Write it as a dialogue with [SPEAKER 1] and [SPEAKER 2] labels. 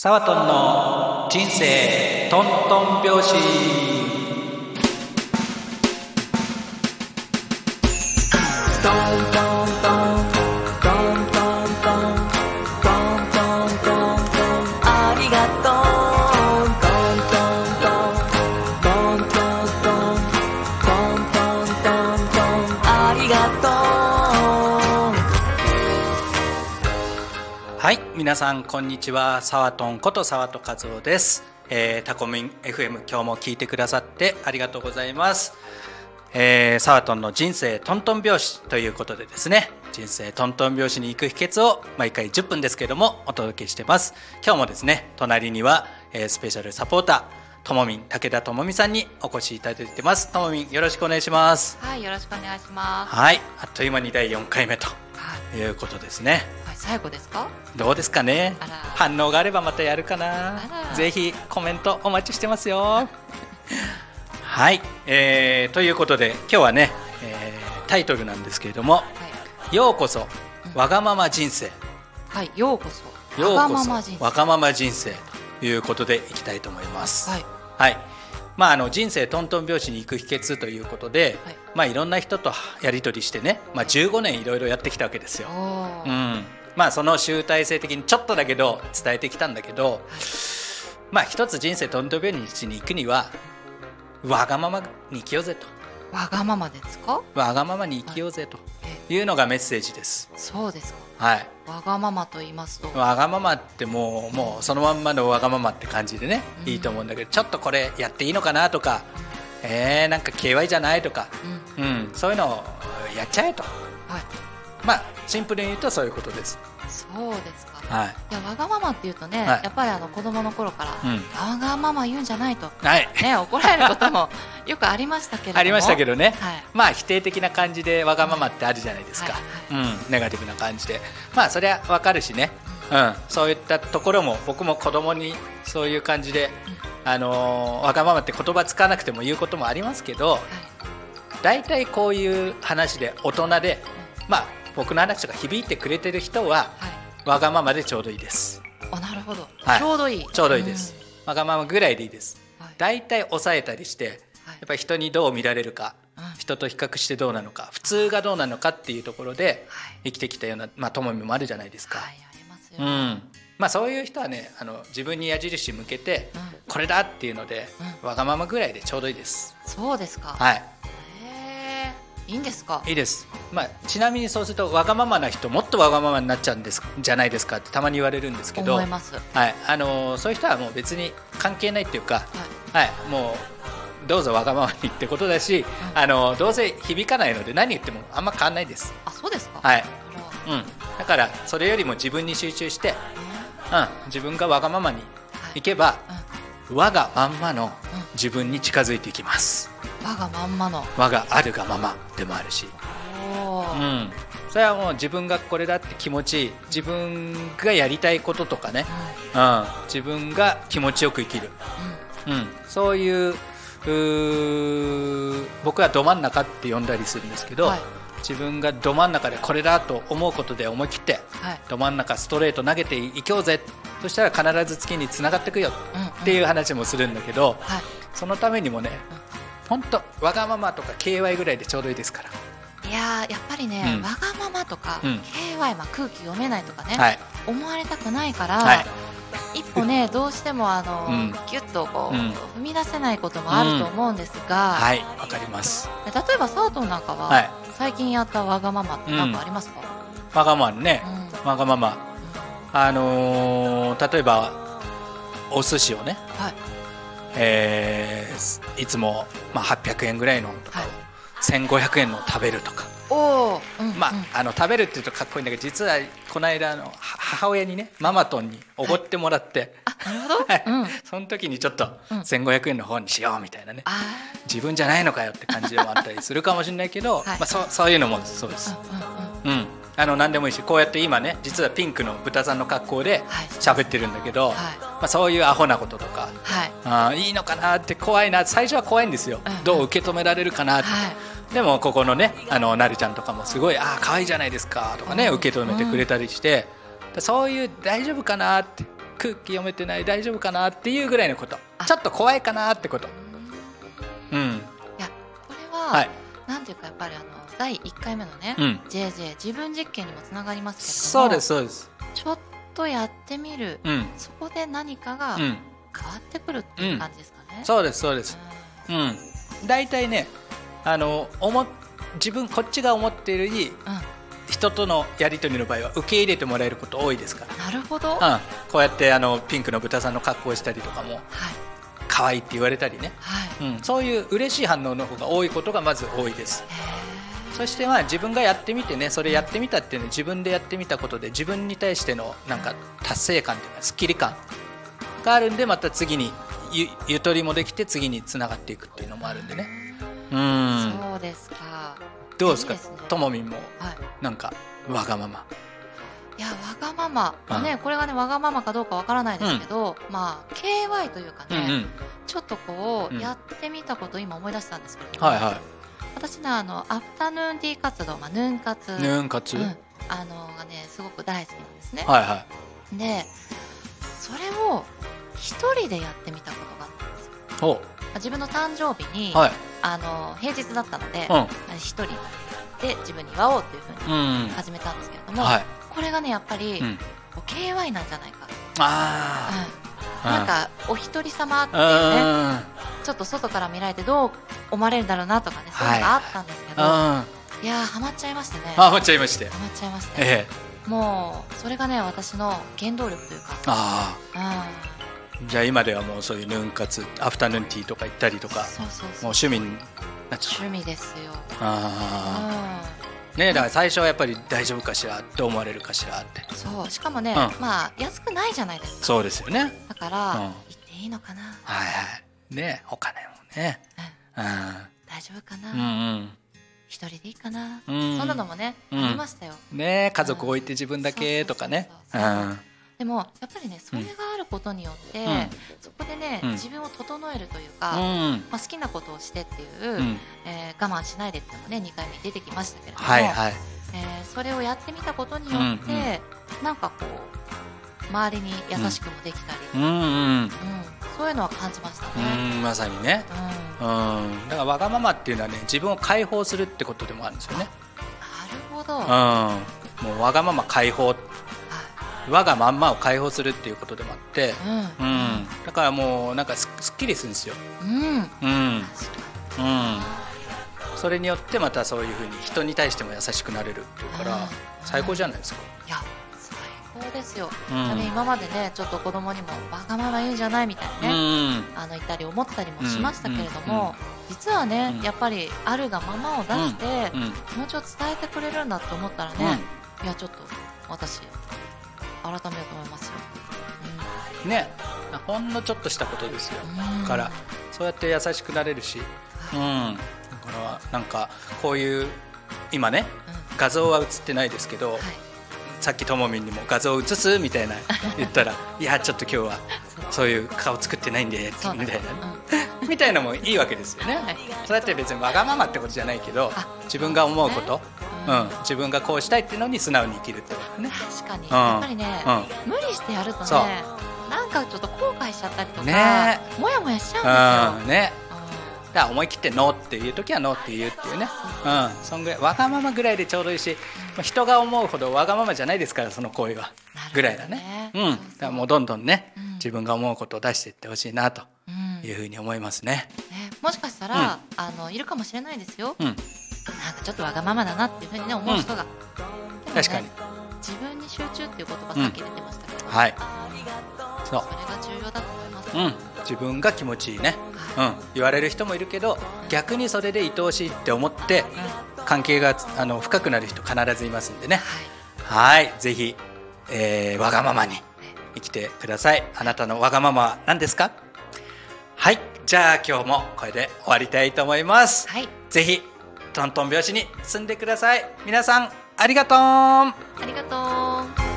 [SPEAKER 1] サワトンの人生トントン拍子
[SPEAKER 2] トントントントントントントントントントンありがとうトントントントントントントントントントンありがとう
[SPEAKER 1] はい皆さんこんにちはサワトンこと沢戸和夫です、えー、タコミン FM 今日も聞いてくださってありがとうございます、えー、サワトンの人生トントン拍子ということでですね人生トントン拍子に行く秘訣を毎回10分ですけどもお届けしてます今日もですね隣には、えー、スペシャルサポーターともみん武田ともみさんにお越しいただいてますともみんよろしくお願いします
[SPEAKER 3] はい、よろしくお願いします。
[SPEAKER 1] はい、あっという間に第4回目と
[SPEAKER 3] はい、
[SPEAKER 1] いうことですね。
[SPEAKER 3] はい最後ですか。
[SPEAKER 1] どうですかね
[SPEAKER 3] あら
[SPEAKER 1] 反応があればまたやるかな
[SPEAKER 3] あら
[SPEAKER 1] ぜひコメントお待ちしてますよ。 はい、えーということで今日はね、えータイトルなんですけれども
[SPEAKER 3] は
[SPEAKER 1] 「
[SPEAKER 3] い、
[SPEAKER 1] ようこそわがまま人生」
[SPEAKER 3] はい、ようこ
[SPEAKER 1] 「
[SPEAKER 3] そ。
[SPEAKER 1] よう
[SPEAKER 3] わが
[SPEAKER 1] こ
[SPEAKER 3] ま
[SPEAKER 1] そ
[SPEAKER 3] ま人生。
[SPEAKER 1] わがまま人生」ということでいきたいと思います。
[SPEAKER 3] はい、
[SPEAKER 1] はい。まああの人生トントン拍子に行く秘訣ということで、
[SPEAKER 3] はい
[SPEAKER 1] まあいろんな人とやり取りしてね、まあ15年いろいろやってきたわけですよ
[SPEAKER 3] お。お
[SPEAKER 1] う、ん。まあその集大成的にちょっとだけど伝えてきたんだけど、まあ一つ人生トントン拍子に行くにはわがままに生きようぜと、
[SPEAKER 3] わがままですか。
[SPEAKER 1] わがままに生きようぜと
[SPEAKER 3] え、
[SPEAKER 1] いうのがメッセージです。
[SPEAKER 3] そうですか。
[SPEAKER 1] はい。
[SPEAKER 3] わがままと言いますと。
[SPEAKER 1] わがままってもうもうそのまんまのわがままって感じでね、
[SPEAKER 3] うん
[SPEAKER 1] いいと思うんだけどちょっとこれやっていいのかなとか、えー、なんか KY じゃないとか、
[SPEAKER 3] うん、
[SPEAKER 1] うん、そういうのをやっちゃえと
[SPEAKER 3] はい、
[SPEAKER 1] まあシンプルに言うとそういうことです。
[SPEAKER 3] そうですか。
[SPEAKER 1] はい
[SPEAKER 3] いや、わがままっていうとね、
[SPEAKER 1] はい
[SPEAKER 3] やっぱりあの子供の頃から、
[SPEAKER 1] うん
[SPEAKER 3] わがまま言うんじゃないと。
[SPEAKER 1] はい、
[SPEAKER 3] ね、怒られるこ ともよくありましたけれども。
[SPEAKER 1] ありましたけ
[SPEAKER 3] ど。
[SPEAKER 1] どね、
[SPEAKER 3] はい
[SPEAKER 1] まあ否定的な感じでわがままってあるじゃないですか、
[SPEAKER 3] はい
[SPEAKER 1] うん、ネガティブな感じでまあそれはわかるしね、うん、そういったところも僕も子供にそういう感じで、あのーわがままって言葉使わなくても言うこともありますけど、
[SPEAKER 3] はい、
[SPEAKER 1] 大体こういう話で大人でまあ僕の話が響いてくれてる人は
[SPEAKER 3] はい、
[SPEAKER 1] わがままでちょうどいいです
[SPEAKER 3] お、なるほど、
[SPEAKER 1] はい
[SPEAKER 3] ちょうどいい。
[SPEAKER 1] ちょうどいいです、わがままぐらいでいいです
[SPEAKER 3] うん。はい、
[SPEAKER 1] 大体抑えたりして
[SPEAKER 3] はい
[SPEAKER 1] やっぱり人にどう見られるか
[SPEAKER 3] うん
[SPEAKER 1] 人と比較してどうなのか普通がどうなのかっていうところで
[SPEAKER 3] はい
[SPEAKER 1] 生きてきたようなまあともみもあるじゃないですか、
[SPEAKER 3] はい、ありますよ。
[SPEAKER 1] う
[SPEAKER 3] うん、
[SPEAKER 1] んまあそういう人はねあの自分に矢印向けてこれだっていうのでわがままぐらいでちょうどいいです
[SPEAKER 3] そうですか。
[SPEAKER 1] はい
[SPEAKER 3] へえいいんですか
[SPEAKER 1] いいです、まあ、ちなみにそうするとわがままな人もっとわがままになっちゃうんですじゃないですかってたまに言われるんですけど、
[SPEAKER 3] 思
[SPEAKER 1] はいい
[SPEAKER 3] ます、はい、
[SPEAKER 1] あのーそういう人はもう別に関係ないっていうか、はい、もうどうぞわがままにってことだし、あのーどうせ響かないので何言ってもあんま変わんないです、
[SPEAKER 3] あそうですか、い、
[SPEAKER 1] はいうん、だからそれよりも自分に集中して、うん、自分がわがままにいけば我がまんまの自分に近づいていきます
[SPEAKER 3] うん、我がまんまの
[SPEAKER 1] 我があるがままでもあるし
[SPEAKER 3] おー、
[SPEAKER 1] う
[SPEAKER 3] は
[SPEAKER 1] ん、それはもう自分がこれだって気持ちいい自分がやりたいこととかね、うん、自分が気持ちよく生きる、うん、そういううー僕はど真ん中って呼んだりするんですけど、
[SPEAKER 3] はい
[SPEAKER 1] 自分がど真ん中でこれだと思うことで思い切って
[SPEAKER 3] い、はい
[SPEAKER 1] ど真ん中ストレート投げていこうぜそしたら必ず月につながっていくよ
[SPEAKER 3] うんうん
[SPEAKER 1] っていう話もするんだけど
[SPEAKER 3] はい
[SPEAKER 1] そのためにもね本当わがままとか KY ぐらいでちょうどいいですから。
[SPEAKER 3] いやーやっぱりね、
[SPEAKER 1] うん
[SPEAKER 3] わがままとか、
[SPEAKER 1] うん
[SPEAKER 3] KY、まあ、空気読めないとかね、
[SPEAKER 1] はい
[SPEAKER 3] 思われたくないから、
[SPEAKER 1] はい
[SPEAKER 3] 一歩ねどうしてもあの、
[SPEAKER 1] うん
[SPEAKER 3] ギュッとこう、
[SPEAKER 1] うん
[SPEAKER 3] 踏み出せないこともあると思うんですが、
[SPEAKER 1] はい、わかります。
[SPEAKER 3] 例えば佐藤なんかは、
[SPEAKER 1] はい
[SPEAKER 3] 最近やったわがままって何かありますか、うん
[SPEAKER 1] わがままね、
[SPEAKER 3] うん
[SPEAKER 1] わがまま、あのー例えばお寿司をね、
[SPEAKER 3] はい
[SPEAKER 1] えーいつも、まあ、800円ぐらいのとかを、
[SPEAKER 3] はい
[SPEAKER 1] 1500円のを食べるとか、
[SPEAKER 3] おお、うん
[SPEAKER 1] まあ
[SPEAKER 3] うん
[SPEAKER 1] あの食べるっていうとかっこいいんだけど実はこの間あのは母親にねママトンにおごってもらって、
[SPEAKER 3] なるほど、
[SPEAKER 1] はい
[SPEAKER 3] うん、
[SPEAKER 1] その時にちょっと
[SPEAKER 3] うん
[SPEAKER 1] 1500円の方にしようみたいなね、
[SPEAKER 3] あ
[SPEAKER 1] 自分じゃないのかよって感じでもあったりするかもしれないけ ど、
[SPEAKER 3] い
[SPEAKER 1] まあ、そうそういうのもそうです。
[SPEAKER 3] ー、うんうんうん、
[SPEAKER 1] うん、あの何でもいいしこうやって今ね実はピンクの豚さんの格好で
[SPEAKER 3] はい
[SPEAKER 1] 喋ってるんだけど、
[SPEAKER 3] はい
[SPEAKER 1] まあ、そういうアホなこととか
[SPEAKER 3] はい、
[SPEAKER 1] あーいいのかなって怖いな最初は怖いんですよ、
[SPEAKER 3] うん
[SPEAKER 1] どう受け止められるかなって、
[SPEAKER 3] は
[SPEAKER 1] でもここのねあのなるちゃんとかもすごい「ああ可愛いじゃないですか」とかね、
[SPEAKER 3] うん
[SPEAKER 1] 受け止めてくれたりして、そういう大丈夫かなって空気読めてない大丈夫かなっていうぐらいのこと
[SPEAKER 3] あ
[SPEAKER 1] ちょっと怖いかなってことうん
[SPEAKER 3] いやこれ
[SPEAKER 1] は
[SPEAKER 3] はいなんていうかやっぱりあの第一回目のね
[SPEAKER 1] うん
[SPEAKER 3] JJ 自分実験にもつながりますけ
[SPEAKER 1] そう
[SPEAKER 3] れど
[SPEAKER 1] で
[SPEAKER 3] も
[SPEAKER 1] すそうです
[SPEAKER 3] ちょっとやってみる
[SPEAKER 1] うん
[SPEAKER 3] そこで何かが
[SPEAKER 1] う
[SPEAKER 3] 変わ
[SPEAKER 1] ん
[SPEAKER 3] ってくるっていう感じですかね
[SPEAKER 1] そうですそうです
[SPEAKER 3] う
[SPEAKER 1] うん大体ねあの思っ自分こっちが思っているより
[SPEAKER 3] んうん
[SPEAKER 1] 人とのやり取りの場合は受け入れてもらえること多いですか
[SPEAKER 3] なるほどはい
[SPEAKER 1] ら、うん、こうやってあのピンクの豚さんの格好をしたりとかも可愛いって言われたりね、
[SPEAKER 3] はい
[SPEAKER 1] うん、そういう嬉しい反応の方が多いことがまず多いです
[SPEAKER 3] へ
[SPEAKER 1] そしてまあ自分がやってみてねそれやってみたっていうのは自分でやってみたことで自分に対してのなんか達成感というかスッキリ感があるんでまた次にゆゆとりもできて次につながっていくっていうのもあるんでねうん
[SPEAKER 3] ーそうですか
[SPEAKER 1] どうですか
[SPEAKER 3] いいですね
[SPEAKER 1] ともみんも
[SPEAKER 3] はい
[SPEAKER 1] なんかわがまま
[SPEAKER 3] いやわがまま、まあねこれがねわがままかどうかわからないですけど、まあ KY というか
[SPEAKER 1] うん
[SPEAKER 3] ね、
[SPEAKER 1] うん
[SPEAKER 3] ちょっとこう、
[SPEAKER 1] うん
[SPEAKER 3] やってみたことを今思い出したんですけれども、
[SPEAKER 1] はいは
[SPEAKER 3] 私ねあのアフタヌーンティー活動、まあ、ヌーン活
[SPEAKER 1] いヌーン活
[SPEAKER 3] う
[SPEAKER 1] は
[SPEAKER 3] ん
[SPEAKER 1] い、
[SPEAKER 3] あのがねすごく大好きなんですね、
[SPEAKER 1] は
[SPEAKER 3] でそれを一人でやってみたことがあったんですよ
[SPEAKER 1] いお
[SPEAKER 3] 自分の誕生日に、
[SPEAKER 1] はい
[SPEAKER 3] あの平日だったので、
[SPEAKER 1] う
[SPEAKER 3] 一人で自分に祝おうというふうに
[SPEAKER 1] んうん
[SPEAKER 3] 始めたんですけれども、
[SPEAKER 1] はい
[SPEAKER 3] これがねやっぱり、
[SPEAKER 1] うん
[SPEAKER 3] こう KY なんじゃないか、
[SPEAKER 1] あ
[SPEAKER 3] うん
[SPEAKER 1] あ
[SPEAKER 3] なんかお一人様っていうね
[SPEAKER 1] う
[SPEAKER 3] ちょっと外から見られてどう思われるんだろうなとかねそういうのがあったんですけど、
[SPEAKER 1] んうん
[SPEAKER 3] い、やーハマっちゃいましたねハ
[SPEAKER 1] あ思っちゃいまして
[SPEAKER 3] マっちゃいましたね
[SPEAKER 1] ええ
[SPEAKER 3] もうそれがね私の原動力というか
[SPEAKER 1] ああ
[SPEAKER 3] うん
[SPEAKER 1] じゃあ今ではもうそういうヌン活アフタヌーンティーとか行ったりとか
[SPEAKER 3] そうそ
[SPEAKER 1] も
[SPEAKER 3] うそうう
[SPEAKER 1] 趣味になっちゃう
[SPEAKER 3] 趣味ですよ、う
[SPEAKER 1] あ
[SPEAKER 3] ん、
[SPEAKER 1] あねえだから最初はやっぱり大丈夫かしらって思われるかしらって
[SPEAKER 3] そうしかもね、
[SPEAKER 1] う
[SPEAKER 3] まあ安くないじゃないですか
[SPEAKER 1] そうですよねはい
[SPEAKER 3] だから、
[SPEAKER 1] うん
[SPEAKER 3] 行っていいのかな、
[SPEAKER 1] はいねえお金もね
[SPEAKER 3] うん、
[SPEAKER 1] う
[SPEAKER 3] 大丈夫かな、
[SPEAKER 1] んうん
[SPEAKER 3] 一人でいいかな、
[SPEAKER 1] うん
[SPEAKER 3] そんなのもね、
[SPEAKER 1] うん
[SPEAKER 3] ありましたよ
[SPEAKER 1] うんねえ家族置いて自分だけとかね
[SPEAKER 3] そううそうそうそうんでもやっぱりねそれがあることによって、
[SPEAKER 1] ん
[SPEAKER 3] そこでね、
[SPEAKER 1] うん
[SPEAKER 3] 自分を整えるというか、
[SPEAKER 1] うん
[SPEAKER 3] まあ、好きなことをしてっていう、
[SPEAKER 1] うん
[SPEAKER 3] えー我慢しないでっていうのもね2回目に出てきましたけれども、
[SPEAKER 1] はいはい
[SPEAKER 3] えーそれをやってみたことによって、
[SPEAKER 1] うん
[SPEAKER 3] なんかこう周りに優しくもできたり、
[SPEAKER 1] うんうん
[SPEAKER 3] うんそういうのは感じましたね。
[SPEAKER 1] うんまさにね
[SPEAKER 3] うん
[SPEAKER 1] うんだからわがままっていうのはね自分を解放するってことでもあるんですよね
[SPEAKER 3] なるほど、
[SPEAKER 1] うん
[SPEAKER 3] はい
[SPEAKER 1] もうわがまま解放わがまんまを解放するっていうことでもあって、う
[SPEAKER 3] うん
[SPEAKER 1] ん、だからもうなんかすすっきりするんですよ、
[SPEAKER 3] うん
[SPEAKER 1] うん
[SPEAKER 3] 確か
[SPEAKER 1] うん、それによってまたそういうふうに人に対しても優しくなれるっていうから、
[SPEAKER 3] うん
[SPEAKER 1] 最高じゃないですか、
[SPEAKER 3] にいや最高ですよ、
[SPEAKER 1] う
[SPEAKER 3] あの
[SPEAKER 1] ん
[SPEAKER 3] 今までねちょっと子供にもわがまま言うんじゃないみたいなね、
[SPEAKER 1] うん
[SPEAKER 3] あのいたり思ったりもしましたけれど
[SPEAKER 1] うんうんう
[SPEAKER 3] も、
[SPEAKER 1] ん
[SPEAKER 3] 実はね、
[SPEAKER 1] うん
[SPEAKER 3] やっぱりあるがままを出して、
[SPEAKER 1] うんうん
[SPEAKER 3] 気持ちを伝えてくれるんだと思ったらね、いやちょっと私改めようと思いますよ。
[SPEAKER 1] うんねほんのちょっとしたことですよ
[SPEAKER 3] うん
[SPEAKER 1] だからそうやって優しくなれるし、う
[SPEAKER 3] うん
[SPEAKER 1] ん、だからなんかこういう今ね画像は映ってないですけど、
[SPEAKER 3] はい
[SPEAKER 1] さっきともみんにも画像を映すみたいな言った らいやちょっと今日はそういう顔作ってないんで
[SPEAKER 3] そう
[SPEAKER 1] み
[SPEAKER 3] なん
[SPEAKER 1] た
[SPEAKER 3] だ
[SPEAKER 1] いなみたいなのもいいわけですよね、
[SPEAKER 3] はい
[SPEAKER 1] そうやって別にわがままってことじゃないけど
[SPEAKER 3] あ
[SPEAKER 1] 自分が思うこと、
[SPEAKER 3] うん
[SPEAKER 1] うん、自分がこうしたいっていうのに素直に生きるってことね
[SPEAKER 3] 確かに、
[SPEAKER 1] ん
[SPEAKER 3] やっぱりね、
[SPEAKER 1] う
[SPEAKER 3] 無理してやると
[SPEAKER 1] そう
[SPEAKER 3] ねなんかちょっと後悔しちゃったりとか、
[SPEAKER 1] ね
[SPEAKER 3] もやもやしちゃうん
[SPEAKER 1] う
[SPEAKER 3] で
[SPEAKER 1] んね
[SPEAKER 3] すよ。うん
[SPEAKER 1] だから思い切ってノーっていう時はノーって言うっていうねうんそんぐらいわがままぐらいでちょうどいいしまあ人が思うほどわがままじゃないですからその行為は
[SPEAKER 3] なるほどね
[SPEAKER 1] ぐらいだねうんだ
[SPEAKER 3] そうそう
[SPEAKER 1] からもうどんどんね
[SPEAKER 3] うん
[SPEAKER 1] 自分が思うことを出していってほしいなと
[SPEAKER 3] うん
[SPEAKER 1] いうふうに思いますね
[SPEAKER 3] ねもしかしたら、あのいるかもしれないですよ、
[SPEAKER 1] うん
[SPEAKER 3] なんかちょっとわがままだなっていうふうにね思う人が、でもね
[SPEAKER 1] 確かに
[SPEAKER 3] 自分に集中っていう言葉
[SPEAKER 1] うん
[SPEAKER 3] さっき出てましたけど、
[SPEAKER 1] はいそう
[SPEAKER 3] それが重要だと思います、
[SPEAKER 1] うん、自分が気持ちいいね、う
[SPEAKER 3] はい
[SPEAKER 1] ん、言われる人もいるけど逆にそれで愛おしいって思って関係があの深くなる人必ずいますんでねはいぜひ、えーわがままに生きてくださいあなたのわがままは何ですかはいじゃあ今日もこれで終わりたいと思います、
[SPEAKER 3] はい、はい、
[SPEAKER 1] ぜひトントン拍子に進んでください皆さんありがとう
[SPEAKER 3] ありがとう